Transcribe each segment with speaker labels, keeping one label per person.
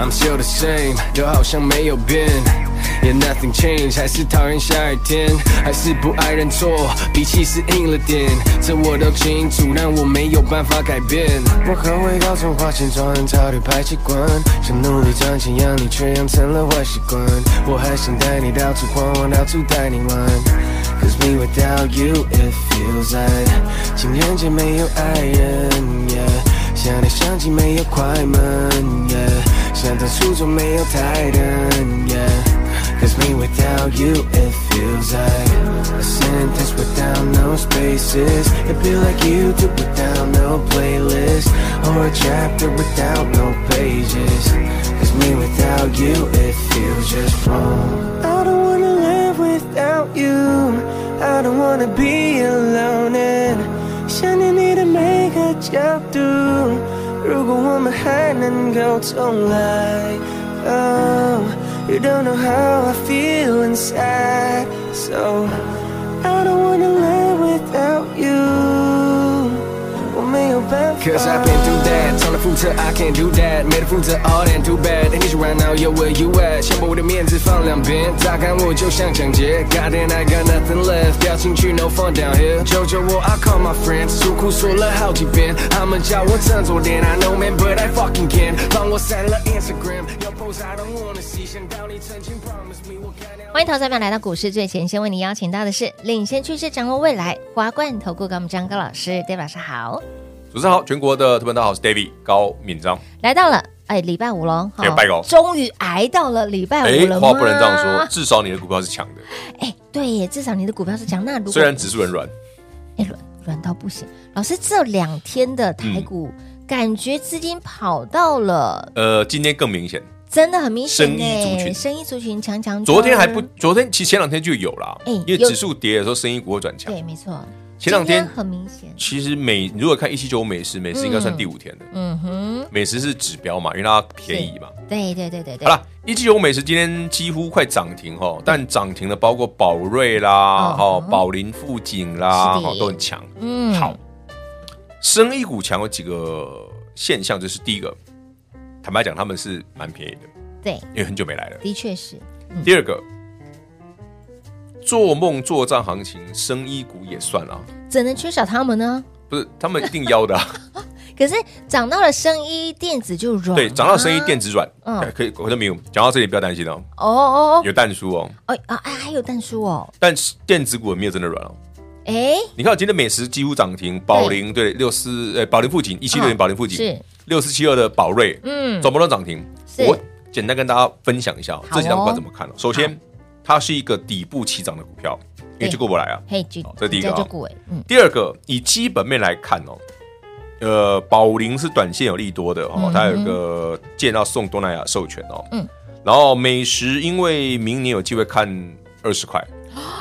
Speaker 1: I'm still the same，就好像没有变。Yeah, nothing changed，还是讨厌下雨天，还是不爱认错，脾气是硬了点，这我都清楚，但我没有办法改变。我很会高中花钱，装很潮流排气管，想努力赚钱养你，却养成了坏习惯。我还想带你到处逛逛，到处带你玩。Cause me without you, it feels like 情人节没有爱人。Yeah. 想你相机没有快门，yeah，想到初衷没有台灯，yeah，Cause me without you it feels like a sentence without no spaces. It feel like YouTube without no playlist or a chapter without no pages. Cause me without you it feels just wrong. I don't wanna live without you. I don't wanna be alone and 想念你的每个角度。如果我们还能够重来，Oh, you don't know how I feel inside. So I don't wanna live without you. 我没有办法。Cause I've been through that，尝了负责，I can't do that，没得负责，all that too bad。And you right now，yo where you at？先把我的面子放两边，榨干我就像抢劫。God damn I got nothing left，掉进去 no fun down here。救救我，I call my friends，诉苦说了好几遍，他们叫我振作点，I know man，but I fucking can。帮我删了 Instagram，要 post I don't wanna see，想到你曾经 promise me，我看了。
Speaker 2: 欢迎投资者朋友来到股市最前线，为您邀请到的是领先趋势、掌握未来华冠投顾高我们张高老师，David 老师好，
Speaker 3: 主持人好，全国的特别大家好，我是 David 高敏章。
Speaker 2: 来到了哎礼拜五喽，
Speaker 3: 哎拜高
Speaker 2: 终于挨到了礼拜
Speaker 3: 诶
Speaker 2: 五了吗
Speaker 3: 哎话不能这样说，，至少你的股票是强的，
Speaker 2: 哎对耶，至少你的股票是强，那如果
Speaker 3: 虽然指数很软，
Speaker 2: 哎软软到不行，老师这两天的台股、
Speaker 3: 嗯
Speaker 2: 感觉资金跑到了，
Speaker 3: 呃，今天更明显。
Speaker 2: 真的很明显
Speaker 3: 生意
Speaker 2: 哎
Speaker 3: 族群
Speaker 2: 生意族群强强，
Speaker 3: 昨天还不，昨天其实前两天就有啦，
Speaker 2: 嗯哎
Speaker 3: 因为
Speaker 2: 有
Speaker 3: 指数跌的时候，生意股会转强。
Speaker 2: 对，没错，
Speaker 3: 前两天
Speaker 2: 今很明显，
Speaker 3: 其实美，如果看一七九美食，美食应该算第五天的，
Speaker 2: 嗯哼，
Speaker 3: 美食是指标嘛，因为它便宜嘛。
Speaker 2: 对对对对对，嗯
Speaker 3: 好啦，一七九美食今天几乎快涨停哦，但涨停的包括宝瑞啦、
Speaker 2: 哦
Speaker 3: 哦宝林富锦啦，
Speaker 2: 是的
Speaker 3: 哦都很强。
Speaker 2: 嗯，
Speaker 3: 好，生意股强有几个现象，就是第一个，坦白讲，他们是蛮便宜的，
Speaker 2: 对，
Speaker 3: 因为很久没来了。
Speaker 2: 的确是，
Speaker 3: 第二个，做梦做账行情，生意股也算啊，
Speaker 2: 怎能缺少他们呢？
Speaker 3: 不是他们一定要 的、啊，
Speaker 2: 可是涨到了生医电子就软、
Speaker 3: 对，涨到生意电
Speaker 2: 子，
Speaker 3: 子软，
Speaker 2: 嗯
Speaker 3: 哎可以，我都没有讲到这里，不要担心哦，
Speaker 2: 哦哦
Speaker 3: 有蛋叔哦，
Speaker 2: 哦哦啊啊，还有蛋叔哦，
Speaker 3: 但是电子股也没有真的软哦。
Speaker 2: 哎，
Speaker 3: 你看，我今天美食几乎涨停，宝林对六四，呃，宝林附近一七六零，宝林附近
Speaker 2: 啊是，
Speaker 3: 六四七二的宝瑞，
Speaker 2: 嗯，
Speaker 3: 怎么能涨停？
Speaker 2: 是
Speaker 3: 我简单跟大家分享一下
Speaker 2: 哦
Speaker 3: 这几张股票怎么看。首先，它是一个底部起涨的股票，因为
Speaker 2: 对
Speaker 3: 就过不来啊。
Speaker 2: 嘿，这
Speaker 3: 好这第一个啊
Speaker 2: 就股尾，嗯，
Speaker 3: 第二个，以基本面来看哦，呃，宝林是短线有利多的
Speaker 2: 嗯
Speaker 3: 哦
Speaker 2: 哼，
Speaker 3: 它有一个见到送东南亚授权哦，
Speaker 2: 嗯，
Speaker 3: 然后美食因为明年有机会看二十 块，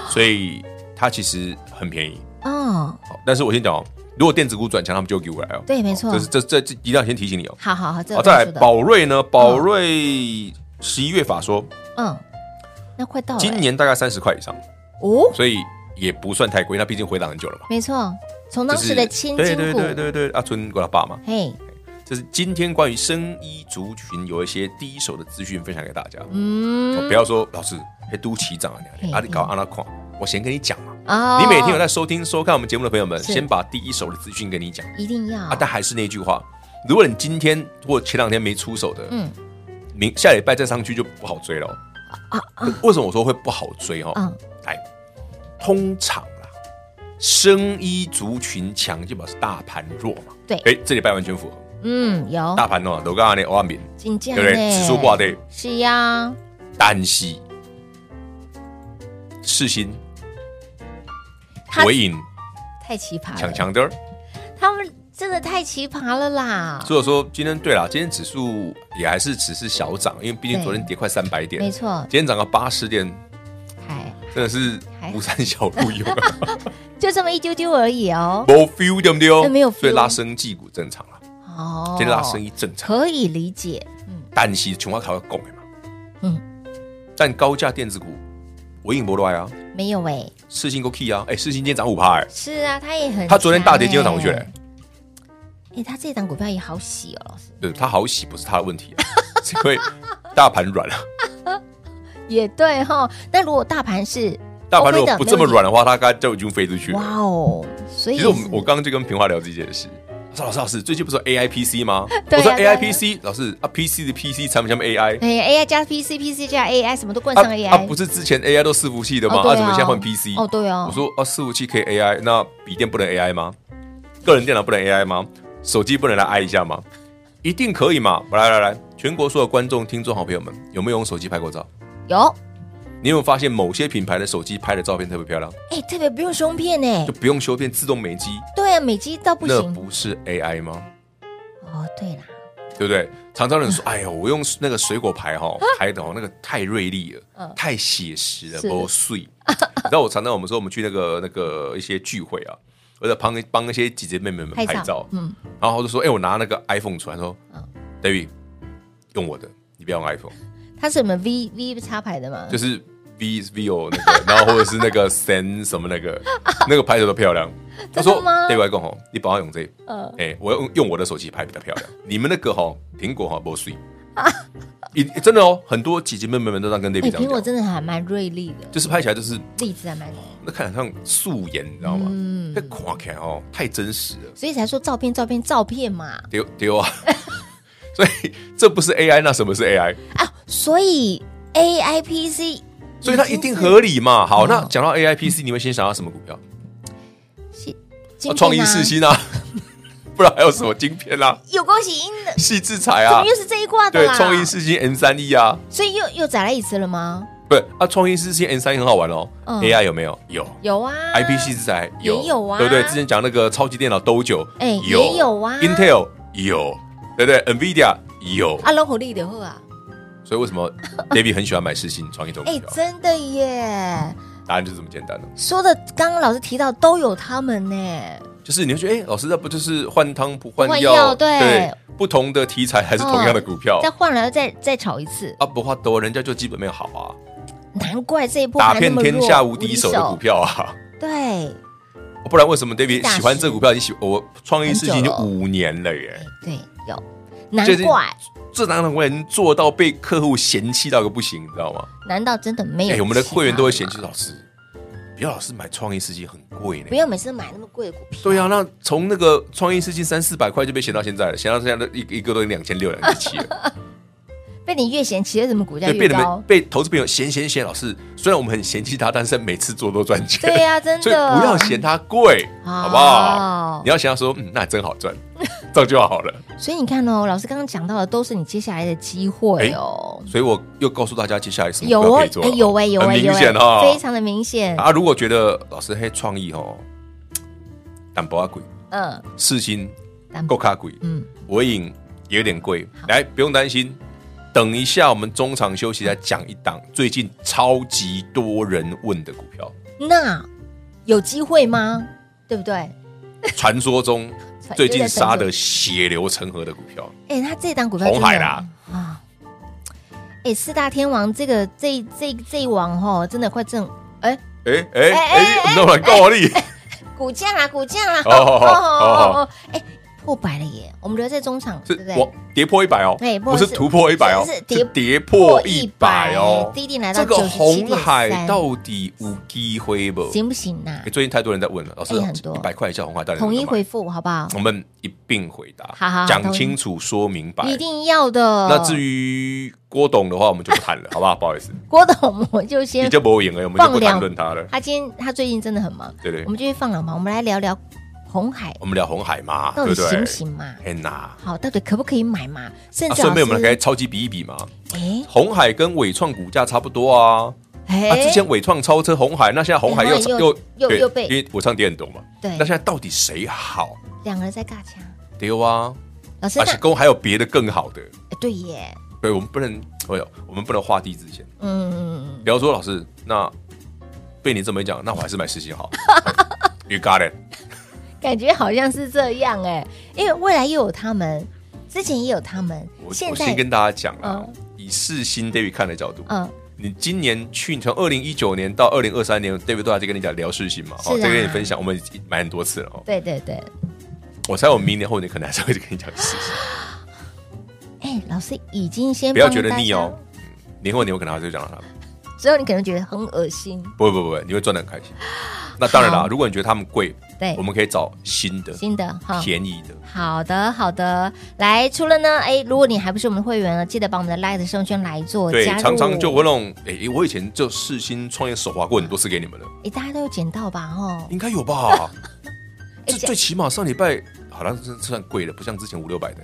Speaker 3: 所以它其实很便宜。
Speaker 2: 哦，
Speaker 3: 好，但是我先讲哦，如果电子股转强，他们就给我来哦。
Speaker 2: 对没错
Speaker 3: 这是这这这一定要先提醒你哦。
Speaker 2: 好好好，这
Speaker 3: 好，
Speaker 2: 个
Speaker 3: 再来
Speaker 2: 蛋叔的，
Speaker 3: 宝瑞呢？宝瑞十一月法说，
Speaker 2: 嗯，那快到了，欸
Speaker 3: 今年大概三十块以上，
Speaker 2: 哦，
Speaker 3: 所以也不算太贵，那毕竟回档很久了嘛。
Speaker 2: 没错，从当
Speaker 3: 就是
Speaker 2: 时的青
Speaker 3: 对
Speaker 2: 金
Speaker 3: 对
Speaker 2: 股，
Speaker 3: 对对对，阿春过他爸嘛。
Speaker 2: 嘿，
Speaker 3: 这是今天关于生医族群有一些第一手的资讯分享给大家。
Speaker 2: 嗯，
Speaker 3: 哦不要说老师，哎，都起涨啊，
Speaker 2: 嘿
Speaker 3: 你啊，你搞阿拉狂，我先跟你讲嘛。
Speaker 2: 哦，
Speaker 3: 你每天有在收听收看我们节目的朋友们，
Speaker 2: 是
Speaker 3: 先把第一手的资讯跟你讲
Speaker 2: 一定要
Speaker 3: 啊。但还是那句话，如果你今天或前两天没出手的，
Speaker 2: 嗯啊
Speaker 3: 明下礼拜再上去就不好追了哦。为什么我说会不好追哦？
Speaker 2: 嗯
Speaker 3: 来，通常啦，生医族群强就表示大盘弱嘛。
Speaker 2: 对
Speaker 3: 哎，这礼拜完全符合。
Speaker 2: 嗯有
Speaker 3: 大盘哦，都跟阿内欧阿敏，
Speaker 2: 金价
Speaker 3: 对不对？指数挂对，
Speaker 2: 是呀，
Speaker 3: 单息、世新、
Speaker 2: 他
Speaker 3: 伟影、
Speaker 2: 太奇葩了，
Speaker 3: 强强的，
Speaker 2: 他们真的太奇葩了啦！
Speaker 3: 所以我说今天对啦，今天指数也还是只是小涨，因为毕竟昨天跌快三百点，
Speaker 2: 没错
Speaker 3: 今天涨到八十点，
Speaker 2: 哎，
Speaker 3: 真的是
Speaker 2: 还
Speaker 3: 无三小路有 了，
Speaker 2: 就这么一丢丢而已哦。
Speaker 3: 没 feel 对不对哦？
Speaker 2: 哎没有 feel
Speaker 3: 所以拉升绩股正常了，
Speaker 2: 哦，
Speaker 3: 今天拉升一正常，
Speaker 2: 可以理解，嗯，
Speaker 3: 但是琼花考要供的嘛，
Speaker 2: 嗯
Speaker 3: 嗯，但高价电子股我硬不来啊，
Speaker 2: 没有哎、
Speaker 3: 四星够 key 啊，哎，四星今天涨五趴哎，
Speaker 2: 是啊，他也很，
Speaker 3: 它昨天大跌今天涨回去了欸
Speaker 2: 哎、他这档股票也好洗哦，老师
Speaker 3: 对，它好洗不是它的问题、啊， 是因为大盘软了，啊
Speaker 2: 哦也对哈。那如果大盘是
Speaker 3: 大盘如
Speaker 2: OK
Speaker 3: 果
Speaker 2: 的
Speaker 3: 不这么
Speaker 2: 没问
Speaker 3: 软的话，它该就已经飞出去
Speaker 2: 题，
Speaker 3: 了
Speaker 2: 哇。哦，所以
Speaker 3: 其实我们我刚刚就跟平华聊这件事，我说老师老师，最近不是有 AI PC 吗？
Speaker 2: 对啊
Speaker 3: 我说
Speaker 2: 对啊
Speaker 3: AI PC，老师啊 PC 的 PC 产品上面 AI
Speaker 2: 哎呀 AI 加 PC PC 加 AI 什么都冠上 AI，、
Speaker 3: 啊啊不是之前 AI 都伺服器的吗？
Speaker 2: 哦对啊
Speaker 3: 怎么现在换 PC？
Speaker 2: 哦对啊
Speaker 3: 我说啊伺服器可以 AI，那笔电不能 AI 吗？个人电脑不能 AI 吗？手机不能来 AI 一下吗？一定可以嘛！来来来，全国所有观众、听众、好朋友们，有没有用手机拍过照？
Speaker 2: 有
Speaker 3: 你有没有发现某些品牌的手机拍的照片特别漂亮，
Speaker 2: 哎、特别不用胸片哎、
Speaker 3: 就不用修片，自动美肌，
Speaker 2: 对啊，美肌到不
Speaker 3: 那
Speaker 2: 行
Speaker 3: 不是 AI 吗？
Speaker 2: 哦，对啦，
Speaker 3: 对不对？常常有人说：“哎呦，我用那个水果 牌哈、哦、拍的哦，那个太锐利了，太写实了，
Speaker 2: 嗯是
Speaker 3: 不碎。”你知道我常常我们说我们去那个那个一些聚会啊，我在帮帮那些姐姐妹妹们拍照，
Speaker 2: 嗯，
Speaker 3: 然后我就说：“哎，我拿那个 iPhone 出来，说、
Speaker 2: 嗯
Speaker 3: David 用我的，你不要用 iPhone，
Speaker 2: 它是什么 V V 插牌的嘛？
Speaker 3: 就是 V Vivo 那个，然后或者是那个 Sen 什么那个，那个拍的都漂亮。”他说
Speaker 2: 真的吗
Speaker 3: ：“David 讲哦，你不要用这个
Speaker 2: 呃，
Speaker 3: 哎、我要用用我的手机拍比较漂亮。你们那个哈、苹果哈、不碎，一真的哦，很多姐姐妹妹们都这样跟
Speaker 2: 啊哎、
Speaker 3: David 这
Speaker 2: 苹果
Speaker 3: 样讲，
Speaker 2: 真的还蛮锐利的，
Speaker 3: 就是拍起来就是
Speaker 2: 例子还蛮，
Speaker 3: 那看起来像素颜，你知道吗？
Speaker 2: 嗯
Speaker 3: 那、看起来哦，太真实了，
Speaker 2: 所以才说照片照片照片嘛。
Speaker 3: 丢丢啊！ 所以这不是 AI，那什么是 AI？
Speaker 2: 啊，所以 A I P C，
Speaker 3: 所以它一定合
Speaker 2: 理。
Speaker 3: 理嘛。好，那
Speaker 2: 嗯
Speaker 3: 讲到 AIPC，你会先想到什么股票？
Speaker 2: 晶片啊
Speaker 3: 哦创意四星啊， 不然还有什么晶片啊、
Speaker 2: 有恭喜音的，
Speaker 3: 细制裁
Speaker 2: 怎
Speaker 3: 啊
Speaker 2: 么？又是这一挂的
Speaker 3: 对
Speaker 2: 啦？，
Speaker 3: 创意四星 N 三 E 啊，
Speaker 2: 所以又又再来一次了吗？
Speaker 3: 不是啊，创意四星 N 三 E 很好玩哦。
Speaker 2: 嗯
Speaker 3: AI 有没有？有。
Speaker 2: 有啊
Speaker 3: IPC 制裁有，
Speaker 2: 也有啊
Speaker 3: 对不对？之前讲那个超级电脑都九，
Speaker 2: 哎也有啊
Speaker 3: ，Intel 有，对不对？NVIDIA 有，
Speaker 2: 啊，龙虎力的货啊，
Speaker 3: 所以为什 么 David 很喜欢买世新创意投
Speaker 2: 哎
Speaker 3: 股，票？
Speaker 2: 真的耶！
Speaker 3: 答案就是这么简单的，
Speaker 2: 说的刚刚老师提到都有他们呢，
Speaker 3: 就是你会觉得，哎，老师，那不就是换汤不换
Speaker 2: 换药
Speaker 3: 药？
Speaker 2: 对嗯
Speaker 3: 不同的题材还是同样的股
Speaker 2: 哦
Speaker 3: 票
Speaker 2: 再换了再再炒一次，
Speaker 3: 啊，不怕多，人家就基本面好啊，
Speaker 2: 难怪这一波
Speaker 3: 打
Speaker 2: 盘那
Speaker 3: 遍
Speaker 2: 么
Speaker 3: 天
Speaker 2: 弱
Speaker 3: 下无敌手的股，票啊，
Speaker 2: 无敌对
Speaker 3: 不然为什么
Speaker 2: 是大
Speaker 3: David
Speaker 2: 师
Speaker 3: 喜欢这股票？你喜我创意世新已
Speaker 2: 很久
Speaker 3: 经
Speaker 2: 了
Speaker 3: 五年了耶
Speaker 2: 哎，对有，难
Speaker 3: 就是
Speaker 2: 怪，
Speaker 3: 这哪能为人做到被客户嫌弃到一个不行，你知道吗？
Speaker 2: 难道真的没
Speaker 3: 哎、
Speaker 2: 有？
Speaker 3: 我们的会员都会嫌弃老师，不要老师买创意世纪很贵呢
Speaker 2: 不。要每次买那么贵的股票，
Speaker 3: 对啊，那从那个创意世纪三四百块就被嫌到现在了，嫌到现在都一一个都两千六、两千七了，
Speaker 2: 被你越嫌弃，为什么股价
Speaker 3: 对，
Speaker 2: 越
Speaker 3: 被你
Speaker 2: 高
Speaker 3: 们？被投资朋友嫌嫌嫌老师。虽然我们很嫌弃他，但是每次做都赚钱。
Speaker 2: 对呀真的
Speaker 3: 所以不要嫌他贵，
Speaker 2: 哦
Speaker 3: 好不好？你要想要说，嗯，那真好赚， 这样就好了。
Speaker 2: 所以你看哦，老师刚刚讲到的都是你接下来的机会哦。
Speaker 3: 所以我又告诉大家，接下来什么
Speaker 2: 有
Speaker 3: 股票
Speaker 2: 哦
Speaker 3: 可以，做
Speaker 2: 哎
Speaker 3: 了，
Speaker 2: 有哎有哎
Speaker 3: 很
Speaker 2: 有
Speaker 3: 明
Speaker 2: 哎
Speaker 3: 显哈，
Speaker 2: 非常的明显。
Speaker 3: 啊，如果觉得老师嘿创意哦，淡薄啊贵，
Speaker 2: 嗯，
Speaker 3: 四星
Speaker 2: 淡薄
Speaker 3: 够卡贵，
Speaker 2: 嗯，
Speaker 3: 尾影也有点贵，来不用担心，等一下我们中场休息再讲一档最近超级多人问的股 票，
Speaker 2: 那有机会吗？对不对？
Speaker 3: 传说中
Speaker 2: 传
Speaker 3: 最近杀的血流成河的股票，
Speaker 2: 哎，他这档股票
Speaker 3: 红海
Speaker 2: 真的
Speaker 3: 啦
Speaker 2: 啊！哎，四大天王这个这这这一网哦，真的快挣哎
Speaker 3: 哎哎
Speaker 2: 哎
Speaker 3: 哎，我们老板告你，
Speaker 2: 股价啦股价啦
Speaker 3: 哦哦哦哦
Speaker 2: 哦！哎，破百了耶！我们留在中场，对不
Speaker 3: 是
Speaker 2: 对？
Speaker 3: 我跌破一百哦，
Speaker 2: 哎不
Speaker 3: 不
Speaker 2: 是
Speaker 3: 是突破一百哦，
Speaker 2: 是是跌
Speaker 3: 是跌破一百哦，
Speaker 2: 低点来到
Speaker 3: 这个红海
Speaker 2: 97.3
Speaker 3: 到底有机会不？
Speaker 2: 行不行呐
Speaker 3: 欸？最近太多人在问了，老师，
Speaker 2: 哎很多
Speaker 3: 一百块以下红海到底能
Speaker 2: 统
Speaker 3: 不
Speaker 2: 一
Speaker 3: 能买
Speaker 2: 回复好不好？
Speaker 3: 我们一并回答，
Speaker 2: 好好好
Speaker 3: 讲清楚说明白。
Speaker 2: 一定要的。
Speaker 3: 那至于郭董的话，我们就 不谈了，好不好？不好意思，
Speaker 2: 郭董，我就
Speaker 3: 你
Speaker 2: 先
Speaker 3: 就不赢了，我们就不谈论他了。
Speaker 2: 他今天他最近真的很忙，
Speaker 3: 对对
Speaker 2: 我们就去放两旁，我们来聊聊红海
Speaker 3: 我们聊红海嘛，
Speaker 2: 到
Speaker 3: 对
Speaker 2: 底
Speaker 3: 不对？
Speaker 2: 行不行嘛？
Speaker 3: 天哪！
Speaker 2: 好，到底可不可以买嘛？甚
Speaker 3: 啊
Speaker 2: 至
Speaker 3: 顺
Speaker 2: 老
Speaker 3: 便我们来
Speaker 2: 师，
Speaker 3: 超级比一比嘛，
Speaker 2: 哎，
Speaker 3: 红海跟伟创股价差不多啊，
Speaker 2: 哎
Speaker 3: 啊，之前伟创超车红海，那现在红海又
Speaker 2: 红海又又
Speaker 3: 又对
Speaker 2: 又被
Speaker 3: 因为伟创跌很多嘛。
Speaker 2: 对
Speaker 3: 那现在到底谁好？
Speaker 2: 两个人在尬掐，
Speaker 3: 丢啊！
Speaker 2: 老师
Speaker 3: 而
Speaker 2: 那
Speaker 3: 且公还有别的更好的，
Speaker 2: 哎对耶，
Speaker 3: 对我们不能，哎呦，我们不能画地自限。
Speaker 2: 嗯，
Speaker 3: 比方说，老师，那被你这么一讲，那我还是买世 新好。You got it。
Speaker 2: 感觉好像是这样哎，因为未来又有他们，之前也有他们，
Speaker 3: 我
Speaker 2: 现
Speaker 3: 我
Speaker 2: 在
Speaker 3: 先跟大家讲啦
Speaker 2: 嗯，
Speaker 3: 以世新 David 看的角度，
Speaker 2: 嗯
Speaker 3: 你今年去从二零一九年到二零二三年，David 都还在跟你讲聊世新嘛，哦
Speaker 2: 是啊
Speaker 3: 再跟你分享，我们已经买很多次了哦。
Speaker 2: 对对对，
Speaker 3: 我猜我明年后年可能还是会跟你讲世新，
Speaker 2: 哎，老师已经先
Speaker 3: 不要
Speaker 2: 帮
Speaker 3: 觉得
Speaker 2: 大
Speaker 3: 腻
Speaker 2: 家
Speaker 3: 哦，。嗯年后年我可能还是会讲到他们，
Speaker 2: 之后你可能觉得很恶心，
Speaker 3: 不会不会不会，你会赚的很开心。那当然啦
Speaker 2: 好，
Speaker 3: 如果你觉得他们贵，
Speaker 2: 对
Speaker 3: 我们可以找新的、
Speaker 2: 新的啊哈。
Speaker 3: 便宜的。
Speaker 2: 好的，好的。来，除了呢，哎，如果你还不是我们的会员呢，记得把我们的 Light 生圈来做
Speaker 3: 对
Speaker 2: 加，入。
Speaker 3: 常常就会弄，哎，我以前就世新创业手划过很多次给你们了，
Speaker 2: 哎，大家都有捡到吧？哦，
Speaker 3: 应该有 吧？
Speaker 2: 哎
Speaker 3: 这最起码上礼拜好像是算贵了，不像之前五六百的。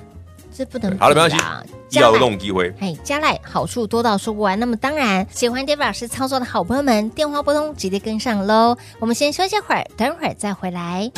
Speaker 2: 这不能
Speaker 3: 好了
Speaker 2: 比
Speaker 3: 没关系
Speaker 2: 啦加
Speaker 3: 要
Speaker 2: 赖
Speaker 3: 弄机会，
Speaker 2: 哎，加赖好处多到说不完。那么当然，喜欢 David 老师操作的好朋友们，电话拨通直接跟上喽。我们先休息会儿，等会儿再回来。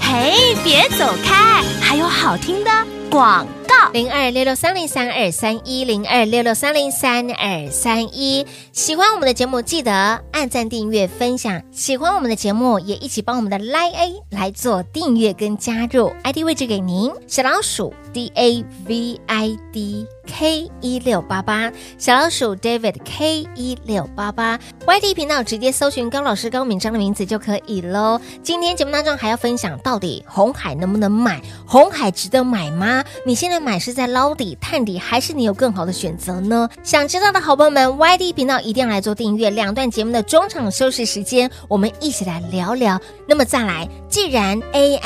Speaker 4: 嘿，别走开，还有好听的广告。
Speaker 2: 零二六六三零三二三一零二六六三零三二三一。喜欢我们的节目，记得按赞、订阅、分享。喜欢我们的节目，也一起帮我们的 Line A 来做订阅跟加入，ID 位置给您小老鼠 D A V I D K 一六八八，小老鼠 David K 一六八八，YT 频道直接搜寻高老师高敏章的名字就可以喽。今天节目当中还要分享，到底红海能不能买？红海值得买吗？你现在买是在捞底、探底，还是你有更好的选择呢？想知道的好朋友们，YT 频道一定要来做订阅。两段节目的中场休息时间，我们一起来聊聊。那么再来，既然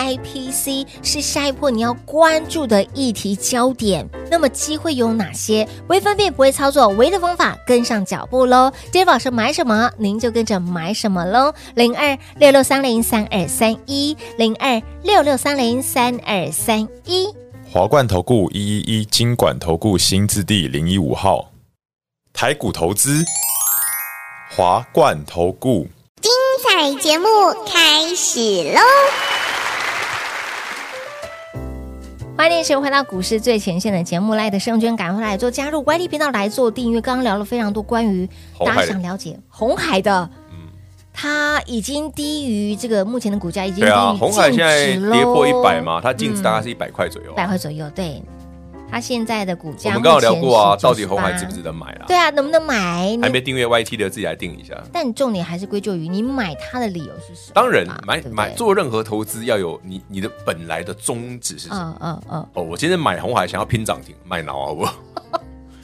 Speaker 2: AIPC 是下一波你要关注的议题焦点，那么机会有哪些？微分辨不会操作，唯一的方法跟上脚步喽。Dave 老师买什么，您就跟着买什么喽。零二六六三零三二三一零二六六三零三二三一。
Speaker 5: 华冠投顾一一一金管投顾新字第零一五号，台股投资，华冠投顾。
Speaker 6: 彩节目开始喽！
Speaker 2: 欢迎收回到股市最前线的节目，赖的生娟赶快来做加入 YT 频道来做订阅。刚刚聊了非常多关于
Speaker 3: 红
Speaker 2: 大
Speaker 3: 海的嗯
Speaker 2: 家想了解红海的，它已经低于这个目前的股价，已经低于
Speaker 3: 对啊，红海
Speaker 2: 净
Speaker 3: 现在
Speaker 2: 值
Speaker 3: 跌破一
Speaker 2: 咯
Speaker 3: 百，嘛，它净值
Speaker 2: 嗯
Speaker 3: 大概是一百块左右啊。
Speaker 2: 百块左右。对，它现在的股
Speaker 3: 我
Speaker 2: 价，
Speaker 3: 们刚刚聊过啊，到底红
Speaker 2: 红
Speaker 3: 海值不值？得买啦？
Speaker 2: 对啊，能不能买？你
Speaker 3: 还没订阅 YT 的自己来定一下。
Speaker 2: 但重点还是归咎于你买它的理由是什么吧？
Speaker 3: 当然，买
Speaker 2: 对不对
Speaker 3: 买，做任何投资要有你你的本来的宗旨是什么？
Speaker 2: 嗯嗯嗯，
Speaker 3: 哦，我今天买红海想要拼涨停，卖脑好 不好？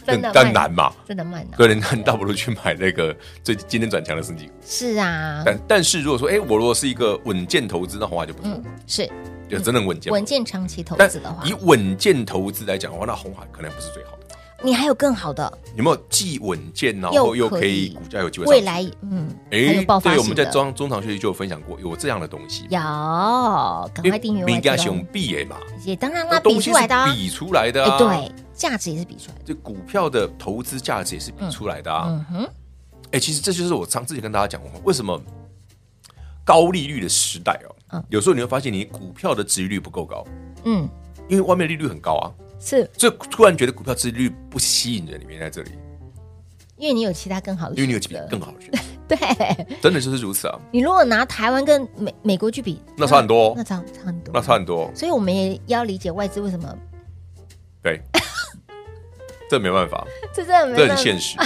Speaker 2: 真的
Speaker 3: 但
Speaker 2: 卖
Speaker 3: 难嘛，
Speaker 2: 真的慢啊。
Speaker 3: 个人 那你倒不如去买那个最今天转强的升级股。
Speaker 2: 是啊，
Speaker 3: 但但是如果说，哎，我如果是一个稳健投资，那红海就不错
Speaker 2: 嗯，，是
Speaker 3: 就真的稳健嘛。
Speaker 2: 稳健长期投
Speaker 3: 但
Speaker 2: 资的话
Speaker 3: 以，稳健投资来讲的话，那红海可能不是最好的。
Speaker 2: 你还有更好的。
Speaker 3: 有没有既稳健，然后又可以股价有机会上
Speaker 2: 未
Speaker 3: 去
Speaker 2: 来嗯，还有
Speaker 3: 哎，
Speaker 2: 爆发性
Speaker 3: 对，
Speaker 2: 的
Speaker 3: 我们在中中长学习就有分享过有这样的东西，
Speaker 2: 有，赶快订阅
Speaker 3: 应
Speaker 2: 我
Speaker 3: 该
Speaker 2: 的
Speaker 3: 熊币哎嘛，
Speaker 2: 也当然
Speaker 3: 那
Speaker 2: 啦，比
Speaker 3: 东西
Speaker 2: 出
Speaker 3: 是
Speaker 2: 来的啊，
Speaker 3: 比出来的
Speaker 2: 哎，
Speaker 3: 啊，，
Speaker 2: 对，价值也是比出来的，
Speaker 3: 这股票的投资价值也是比出来的啊，
Speaker 2: 嗯哼，
Speaker 3: 哎，其实这就是我常自己跟大家讲过，为什么高利率的时代哦
Speaker 2: 嗯，
Speaker 3: 有时候你会发现你股票的殖利率不够高，
Speaker 2: 嗯，
Speaker 3: 因为外面的利率很高啊，
Speaker 2: 是
Speaker 3: 所以突然觉得股票殖利率不吸引人，里面在这里，
Speaker 2: 因为你有其他更好的选择，
Speaker 3: 因为你有比更好的选择，
Speaker 2: 对，
Speaker 3: 真的就是如此啊，
Speaker 2: 你如果拿台湾跟美美国去比，
Speaker 3: 那差很多哦
Speaker 2: 那差差很多，
Speaker 3: 那差很多哦，
Speaker 2: 所以我们也要理解外资为什么
Speaker 3: 对，这没办法，
Speaker 2: 这真的没
Speaker 3: 这
Speaker 2: 办
Speaker 3: 很
Speaker 2: 法
Speaker 3: 现实。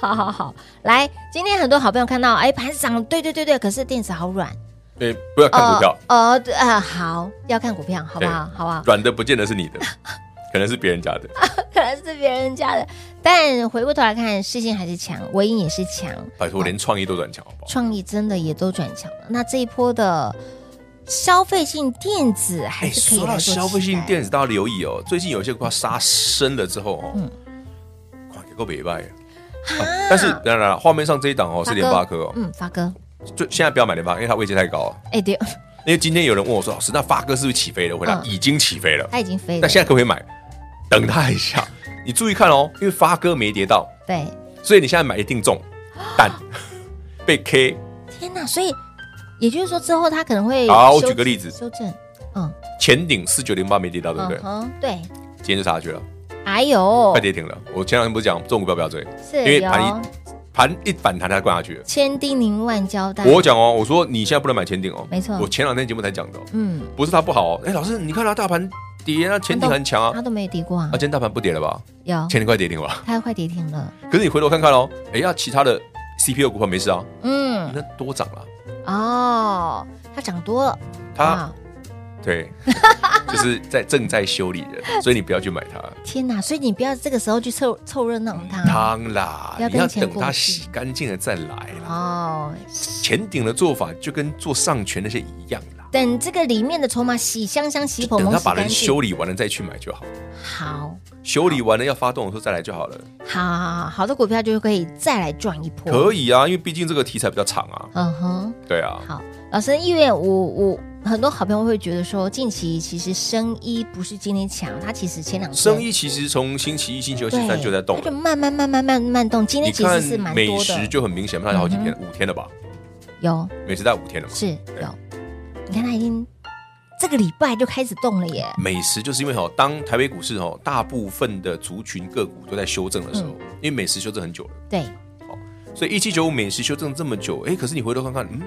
Speaker 2: 好好好，来，今天很多好朋友看到，哎，盘子涨，对对对对，可是电子好软，
Speaker 3: 对，哎不要看股票，
Speaker 2: 呃，呃对呃，好，要看股票，好不好？
Speaker 3: 对
Speaker 2: 好不好？
Speaker 3: 软的不见得是你的，可能是别人家的。
Speaker 2: 可能是别人家的。但回过头来看，世信还是强，唯影也是强，
Speaker 3: 拜托，连创意都转强，好不好？
Speaker 2: 创意真的也都转强了。那这一波的消费性电子还
Speaker 3: 哎，
Speaker 2: 是可以
Speaker 3: 说
Speaker 2: 来
Speaker 3: 到
Speaker 2: 做期待
Speaker 3: 消费性电子，大家留意哦，最近有一些股票杀深了之后哦，
Speaker 2: 嗯
Speaker 3: 哇，给够北拜。哦
Speaker 2: 啊
Speaker 3: 但是当然了，画面上这一档哦是联发科哦，
Speaker 2: 嗯，发哥，
Speaker 3: 最现在不要买联发，因为它位阶太高哦。
Speaker 2: 哎、对，
Speaker 3: 因为今天有人问我说，老师，那发哥是不是起飞了？我回答
Speaker 2: 嗯
Speaker 3: 已经起飞了，
Speaker 2: 他已经飞了，
Speaker 3: 那现在可不可以买？等它一下，你注意看哦，因为发哥没跌到，
Speaker 2: 对
Speaker 3: 所以你现在买一定中。蛋被 K。
Speaker 2: 天哪！所以也就是说，之后它可能会
Speaker 3: 好我
Speaker 2: 修
Speaker 3: 举个例子
Speaker 2: 修正，嗯，
Speaker 3: 前顶四九零八没跌到，对不对
Speaker 2: 嗯？哼，对，
Speaker 3: 今天就杀下去了，
Speaker 2: 哎呦
Speaker 3: 快，跌停了。我前两天不是讲，这种股票不要追，
Speaker 2: 是
Speaker 3: 因为
Speaker 2: 有
Speaker 3: 盘一盘一反弹，它就灌下去了。
Speaker 2: 千叮咛万交代，
Speaker 3: 我讲哦，我说你现在不能买前顶哦，
Speaker 2: 嗯没错
Speaker 3: 我前两天节目才讲的哦，
Speaker 2: 嗯，
Speaker 3: 不是它不好哦。哎，老师，你看它大盘跌，那前顶很强啊，
Speaker 2: 它都没有跌过啊哦
Speaker 3: 啊，，今天大盘不跌了吧？
Speaker 2: 有，
Speaker 3: 前顶快跌停了吧？
Speaker 2: 它快跌停了，
Speaker 3: 可是你回头看看哦，哎，那其他的 CPU 股票没事啊，
Speaker 2: 嗯，
Speaker 3: 那多涨了。
Speaker 2: 哦，它涨多了，
Speaker 3: 它
Speaker 2: 哇，
Speaker 3: 对， 就是在正在修理的，所以你不要去买它。
Speaker 2: 天哪！所以你不要这个时候去凑凑热闹
Speaker 3: 嗯
Speaker 2: 它，
Speaker 3: 当啦，
Speaker 2: 不要
Speaker 3: 你要
Speaker 2: 跟钱
Speaker 3: 等它
Speaker 2: 过
Speaker 3: 洗干净了再来啦。
Speaker 2: 哦，
Speaker 3: 前顶的做法就跟做上权那些一样啦，
Speaker 2: 等这个里面的筹码洗香香、洗捧
Speaker 3: 等
Speaker 2: 红、
Speaker 3: 他
Speaker 2: 哦洗
Speaker 3: 把
Speaker 2: 干
Speaker 3: 人
Speaker 2: 净，
Speaker 3: 修理完了再去买就好。
Speaker 2: 好。
Speaker 3: 修理完了要发动的时候再来就好了，
Speaker 2: 好好好好的股票就可以再来赚一波，
Speaker 3: 可
Speaker 2: 以。
Speaker 3: 以啊，因为毕竟这个题材比较长啊。
Speaker 2: 嗯哼，
Speaker 3: 对啊，
Speaker 2: 好，老师，因为我我很多好朋友会觉得说，近期其实生医不是今天强，它其实前两天
Speaker 3: 生意其实从星期一、星期二、星期三就在动
Speaker 2: 它就
Speaker 3: 了。
Speaker 2: 慢慢慢慢慢慢动。今
Speaker 3: 你
Speaker 2: 天其实
Speaker 3: 看
Speaker 2: 是蛮
Speaker 3: 美
Speaker 2: 多
Speaker 3: 食
Speaker 2: 的，
Speaker 3: 就很明显，它好几天，五天了吧？
Speaker 2: 有
Speaker 3: 美食在五天了嘛？
Speaker 2: 是有，你看它已经这个礼拜就开始动了耶，
Speaker 3: 美食就是因为哦，当台北股市哦，大部分的族群个股都在修正的时
Speaker 2: 嗯
Speaker 3: 候，因为美食修正很久了，
Speaker 2: 对，
Speaker 3: 所以一七九五美食修正这么久，哎，可是你回头看看，嗯，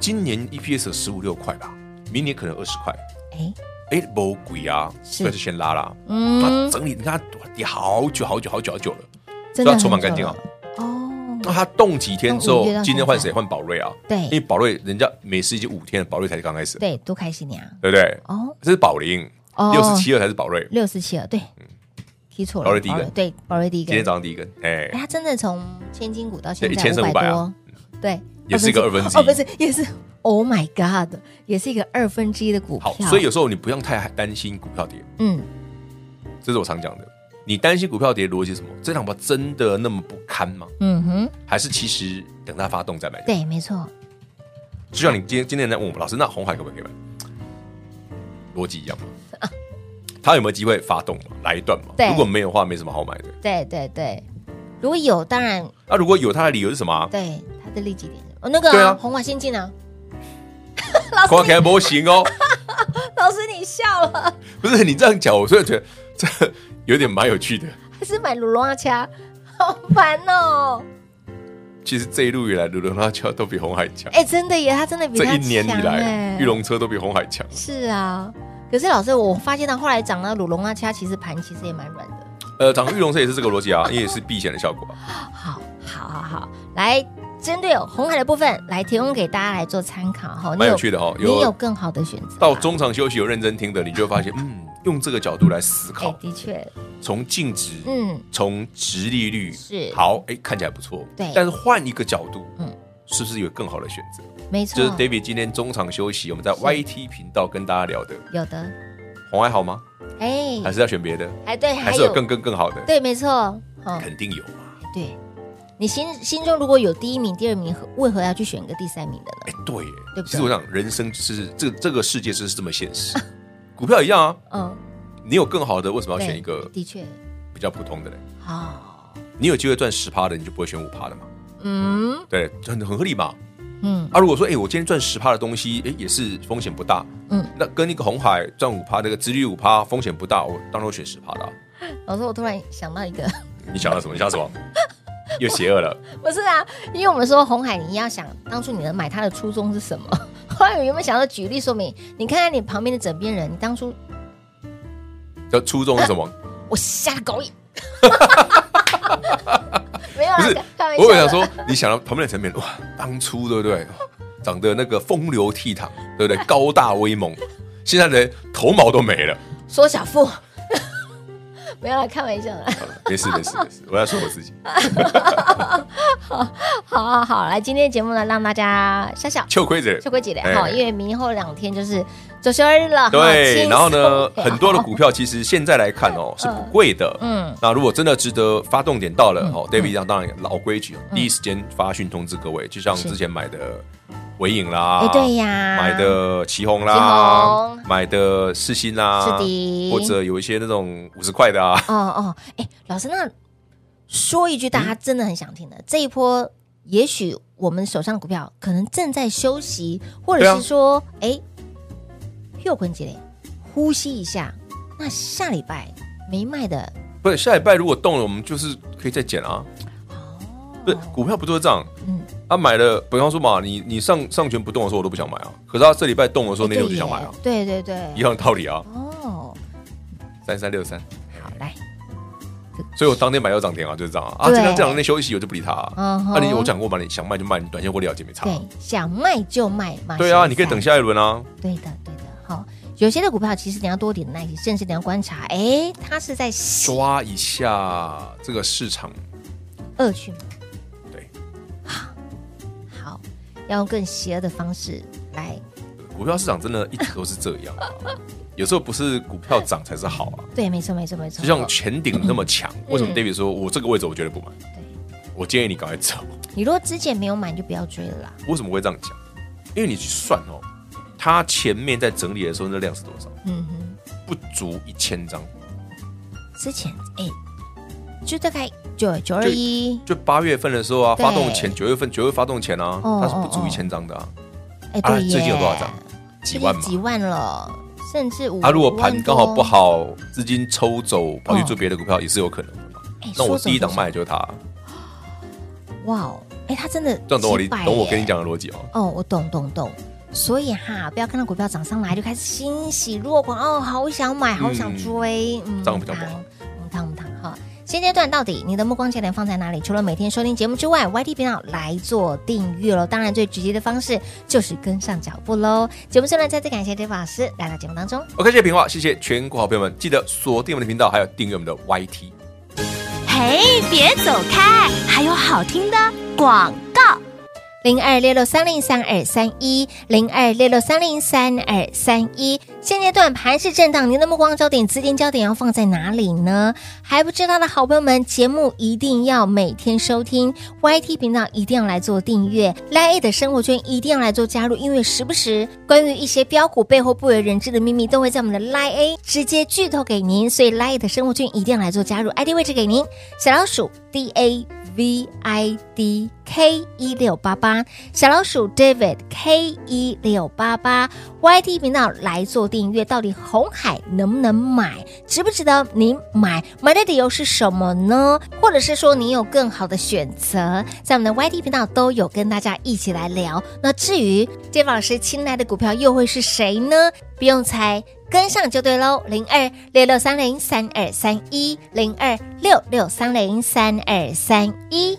Speaker 3: 今年 E EPS 十五六块吧，明年可能二十块，
Speaker 2: 哎，
Speaker 3: 哎，不鬼啊，
Speaker 2: 是
Speaker 3: 那就先拉啦。
Speaker 2: 嗯
Speaker 3: 那，整理，你看它跌好久好久好久好久了，
Speaker 2: 真的
Speaker 3: 所以它筹码
Speaker 2: 很久
Speaker 3: 干净啊
Speaker 2: 了哦，
Speaker 3: 那它动几天之
Speaker 2: 动
Speaker 3: 后
Speaker 2: 五月到，
Speaker 3: 今天换谁？
Speaker 2: 现在
Speaker 3: 换宝瑞啊，因为
Speaker 2: 对
Speaker 3: 宝瑞人家美食已经五天了，宝瑞才刚开始，
Speaker 2: 对，多开心呀！
Speaker 3: 对不对？
Speaker 2: 哦
Speaker 3: 这是宝林，
Speaker 2: 哦，
Speaker 3: 六十七二才是宝瑞，
Speaker 2: 六四七二，对，踢错了，
Speaker 3: 嗯
Speaker 2: 哦
Speaker 3: 宝瑞第一根
Speaker 2: 对，宝瑞第一
Speaker 3: 今天
Speaker 2: 根，
Speaker 3: 早上第一根，哎
Speaker 2: 哎，，它真的从千金股到现在
Speaker 3: 对1500
Speaker 2: 500
Speaker 3: 啊，
Speaker 2: 对，
Speaker 3: 也是一个二分之一
Speaker 2: 哦，不是，也是，Oh my God，也是一个二分之一的股
Speaker 3: 好，
Speaker 2: 票，
Speaker 3: 所以有时候你不用太担心股票跌，
Speaker 2: 嗯，
Speaker 3: 这是我常讲的。你担心股票跌的逻辑是什么？这两把真的那么不堪吗？
Speaker 2: 嗯哼，
Speaker 3: 还是其实等它发动再买？
Speaker 2: 对，没错，
Speaker 3: 就像你今天今天在问我们老师，那红海可不可以买？逻辑一 样吗？它有没有机会发动嘛？来一段嘛？
Speaker 2: 对
Speaker 3: 如果没有的话，没什么好买的。
Speaker 2: 对对对，如果有，当然
Speaker 3: 那、如果有，它的理由是什么啊？
Speaker 2: 对它的利己点，哦，那个
Speaker 3: 对
Speaker 2: 啊
Speaker 3: 啊
Speaker 2: 红瓦先进啊，
Speaker 3: 看起来不行哦，
Speaker 2: 老师你笑了，
Speaker 3: 不是你这样讲，我真的觉得这有点蛮有趣的。
Speaker 2: 还是买鲁龙阿掐，好烦哦，
Speaker 3: 其实这一路以来，卢龙拉椒都比红海强。
Speaker 2: 哎，真的耶，它真的比
Speaker 3: 这
Speaker 2: 它
Speaker 3: 一年以
Speaker 2: 强
Speaker 3: 来
Speaker 2: 哎，
Speaker 3: 玉龙车都比红海强。
Speaker 2: 是啊，可是老师，我发现到后来涨到鲁龙阿掐，其实盘其实也蛮软的。
Speaker 3: 呃，涨玉龙车也是这个逻辑啊，因为也是避险的效果 啊。
Speaker 2: 好，好，好，好，来针对红海的部分来提供给大家来做参考哈。你
Speaker 3: 蛮有趣的哈
Speaker 2: 你
Speaker 3: 有
Speaker 2: 有更好的选择
Speaker 3: 到
Speaker 2: 啦。
Speaker 3: 中场休息有认真听的，你就会发现，嗯，用这个角度来思
Speaker 2: 哎
Speaker 3: 考，，
Speaker 2: 的确，
Speaker 3: 从净值，
Speaker 2: 嗯，
Speaker 3: 从值利率
Speaker 2: 是
Speaker 3: 好，哎，看起来不错，
Speaker 2: 对
Speaker 3: 但是换一个角度，
Speaker 2: 嗯哦
Speaker 3: 嗯，是不是有更好的选择？
Speaker 2: 没错，
Speaker 3: 就是 David 今天中场休息，我们在 YT 频道跟大家聊的，
Speaker 2: 有的，
Speaker 3: 红海好吗？
Speaker 2: 哎，
Speaker 3: 还是要选别的？
Speaker 2: 哎，对，
Speaker 3: 还是有更更更好的？
Speaker 2: 对，没错，哦，
Speaker 3: 肯定有嘛？
Speaker 2: 对，你心心中如果有第一名、第二名，何为何要去选一个第三名的呢？
Speaker 3: 哎，对耶
Speaker 2: 对不对，
Speaker 3: 其实我想，人生就是这这个世界就是这么现实，股票一样啊，
Speaker 2: 嗯，
Speaker 3: 你有更好的，为什么要
Speaker 2: 对
Speaker 3: 选一个
Speaker 2: 的确，哦
Speaker 3: 比较普通的嘞？
Speaker 2: 好，
Speaker 3: 你有机会赚十趴的，你就不会选五趴的嘛？
Speaker 2: 嗯
Speaker 3: 对，很很合理嘛。
Speaker 2: 嗯，
Speaker 3: 啊，如果说，哎、我今天赚十趴的东西，哎、也是风险不大，
Speaker 2: 嗯
Speaker 3: 嗯，那跟一个红海赚五趴，那个殖利率五趴，风险不大，我当然会选十趴的啊、
Speaker 2: 老师，我突然想到一个，
Speaker 3: 你想到什么？你想到什 么？又邪恶了，
Speaker 2: 不是啊，因为我们说红海，你要想当初你能买它的初衷是什么？ 后来我原本想要举例说明，你看看你旁边的枕边人，你当初
Speaker 3: 这初衷是什么？
Speaker 2: 我瞎了狗眼， 没有啦，
Speaker 3: 不是
Speaker 2: 开开玩笑的。
Speaker 3: 我本想说，你想到旁边的层面，哇，当初对不对？长得那个风流倜傥，对不对？高大威猛，现在连头毛都没了。
Speaker 2: 缩小腹， 没有啦，开玩笑的。
Speaker 3: 好了没事没事没事，我在说我自己，
Speaker 2: 好好好，来，今天的节目呢，让大家笑笑。
Speaker 3: 秋葵子
Speaker 2: 秋。桂姐嘞，
Speaker 3: 哎
Speaker 2: 好，因为明后两天就是周休二日了，好
Speaker 3: 对，然后呢，
Speaker 2: 轻松哎
Speaker 3: 很多的股票其实现在来看 哦是不贵的，
Speaker 2: 嗯
Speaker 3: 嗯，那如果真的值得发动点到了哦，David 一样当然老规矩，哦第一时间发讯通知各位，就像
Speaker 2: 嗯是
Speaker 3: 之前买的伟影啦
Speaker 2: 哎，对呀
Speaker 3: 买的旗红啦
Speaker 2: 旗，
Speaker 3: 买的世新啦，
Speaker 2: 是的
Speaker 3: 或者有一些那种五十块的啊， 嗯
Speaker 2: 哦哦，哎，老师，那说一句大家真的很想听的，这一波也许我们手上的股票可能正在休息，或
Speaker 3: 对
Speaker 2: 者
Speaker 3: 啊
Speaker 2: 是说，哎、又困起来，呼吸一下。那下礼拜没卖的，
Speaker 3: 不是下礼拜如果动了，我们就是可以再减啊。不是股票不就是这样？
Speaker 2: 哦嗯
Speaker 3: 他、买了，比方说嘛，你你上上权不动的时候，我都不想买啊。可是他这礼拜动的时候，那
Speaker 2: 哎
Speaker 3: 天我就想买啊，
Speaker 2: 对耶对对
Speaker 3: 一
Speaker 2: 对，
Speaker 3: 样的道理啊。
Speaker 2: 哦，
Speaker 3: 三三六三，
Speaker 2: 好来，
Speaker 3: 所以我当天买要涨停啊，就是这样啊。啊，
Speaker 2: 对
Speaker 3: 这两这两天休息，我就不理他啊。
Speaker 2: 嗯哼
Speaker 3: 啊，你我讲过嘛，你想卖就卖，你短线获利了结没差啊。
Speaker 2: 对，想卖就卖，马上
Speaker 3: 对啊，你可以等
Speaker 2: 下。
Speaker 3: 下一轮啊。
Speaker 2: 对的，对的，好。有些的股票其实你要多一点耐心，甚至你要观察，哎，它是在洗
Speaker 3: 抓一下这个市场，
Speaker 2: 恶去吗？啊
Speaker 3: 对，
Speaker 2: 好，要用更邪恶的方式来，
Speaker 3: 股票市场真的一直都是这样、啊，有时候不是股票涨才是好啊。
Speaker 2: 对，没错，没错，没错。
Speaker 3: 就像前顶那么强，为
Speaker 2: 嗯
Speaker 3: 什么 David 说我这个位置我绝对不买？我建议你赶快走。
Speaker 2: 你如果之前没有买，你就不要追了啦。
Speaker 3: 为什么会这样讲？因为你去算哦，它前面在整理的时候那量是多少？
Speaker 2: 嗯哼，
Speaker 3: 不足一千张，
Speaker 2: 之前哎，就大概九九二一，
Speaker 3: 就八月份的时候啊，
Speaker 2: 对
Speaker 3: 发动前九月份九月发动前啊，
Speaker 2: 哦
Speaker 3: 它是不足
Speaker 2: 哦
Speaker 3: 一千张的啊，
Speaker 2: 哎，
Speaker 3: 啊
Speaker 2: 对耶，
Speaker 3: 最近有多少张？几万嘛
Speaker 2: 几。万了，甚至五。
Speaker 3: 它如果
Speaker 2: 五万
Speaker 3: 盘刚好
Speaker 2: 多
Speaker 3: 不，好，资金抽走跑去
Speaker 2: 哦
Speaker 3: 做别的股票也是有可能的嘛
Speaker 2: 哎。
Speaker 3: 那
Speaker 2: 说
Speaker 3: 我
Speaker 2: 走
Speaker 3: 第一
Speaker 2: 就
Speaker 3: 档卖的就是它，啊
Speaker 2: 哇哦，哎，它真的
Speaker 3: 这样懂我理
Speaker 2: 几百
Speaker 3: 懂我
Speaker 2: 耶
Speaker 3: 跟你讲的逻辑哦。
Speaker 2: 哦，我懂懂懂。所以哈，不要看到股票涨上来就开始欣喜若狂哦，好想买，好想追，嗯
Speaker 3: 这样比较不好。
Speaker 2: 嗯，汤不汤哈。现阶段到底你的目光焦点放在哪里？除了每天收听节目之外，YT 频道来做订阅喽。当然，最直接的方式就是跟上脚步喽。节目最后呢，再次感谢 David 老师来到节目当中。
Speaker 3: OK，谢谢平话，谢谢全国好朋友们，记得锁定我们的频道，还有订阅我们的 YT。
Speaker 4: 嘿，别走开，还有好听的广告。
Speaker 2: 零二六六三零三二三一，零二六六三零三二三一。现阶段盘势震荡，您的目光焦点、资金焦点要放在哪里呢？还不知道的好朋友们，节目一定要每天收听，YT 频道一定要来做订阅，Line 的生活圈一定要来做加入，因为时不时关于一些标股背后不为人知的秘密，都会在我们的 Line A 直接剧透给您，所以 Line 的生活圈一定要来做加入，ID 位置给您，小老鼠 D A V I D K 一六八八，小老鼠 David K 一六八八 YT 频道来做订阅。到底红海能不能买？值不值得您买？买的理由是什么呢？或者是说你有更好的选择？在我们的 YT 频道都有跟大家一起来聊。那至于 David 老师青睐的股票又会是谁呢？不用猜。跟上就对喽，零二六六三零三二三一，零二六六三零三二三一。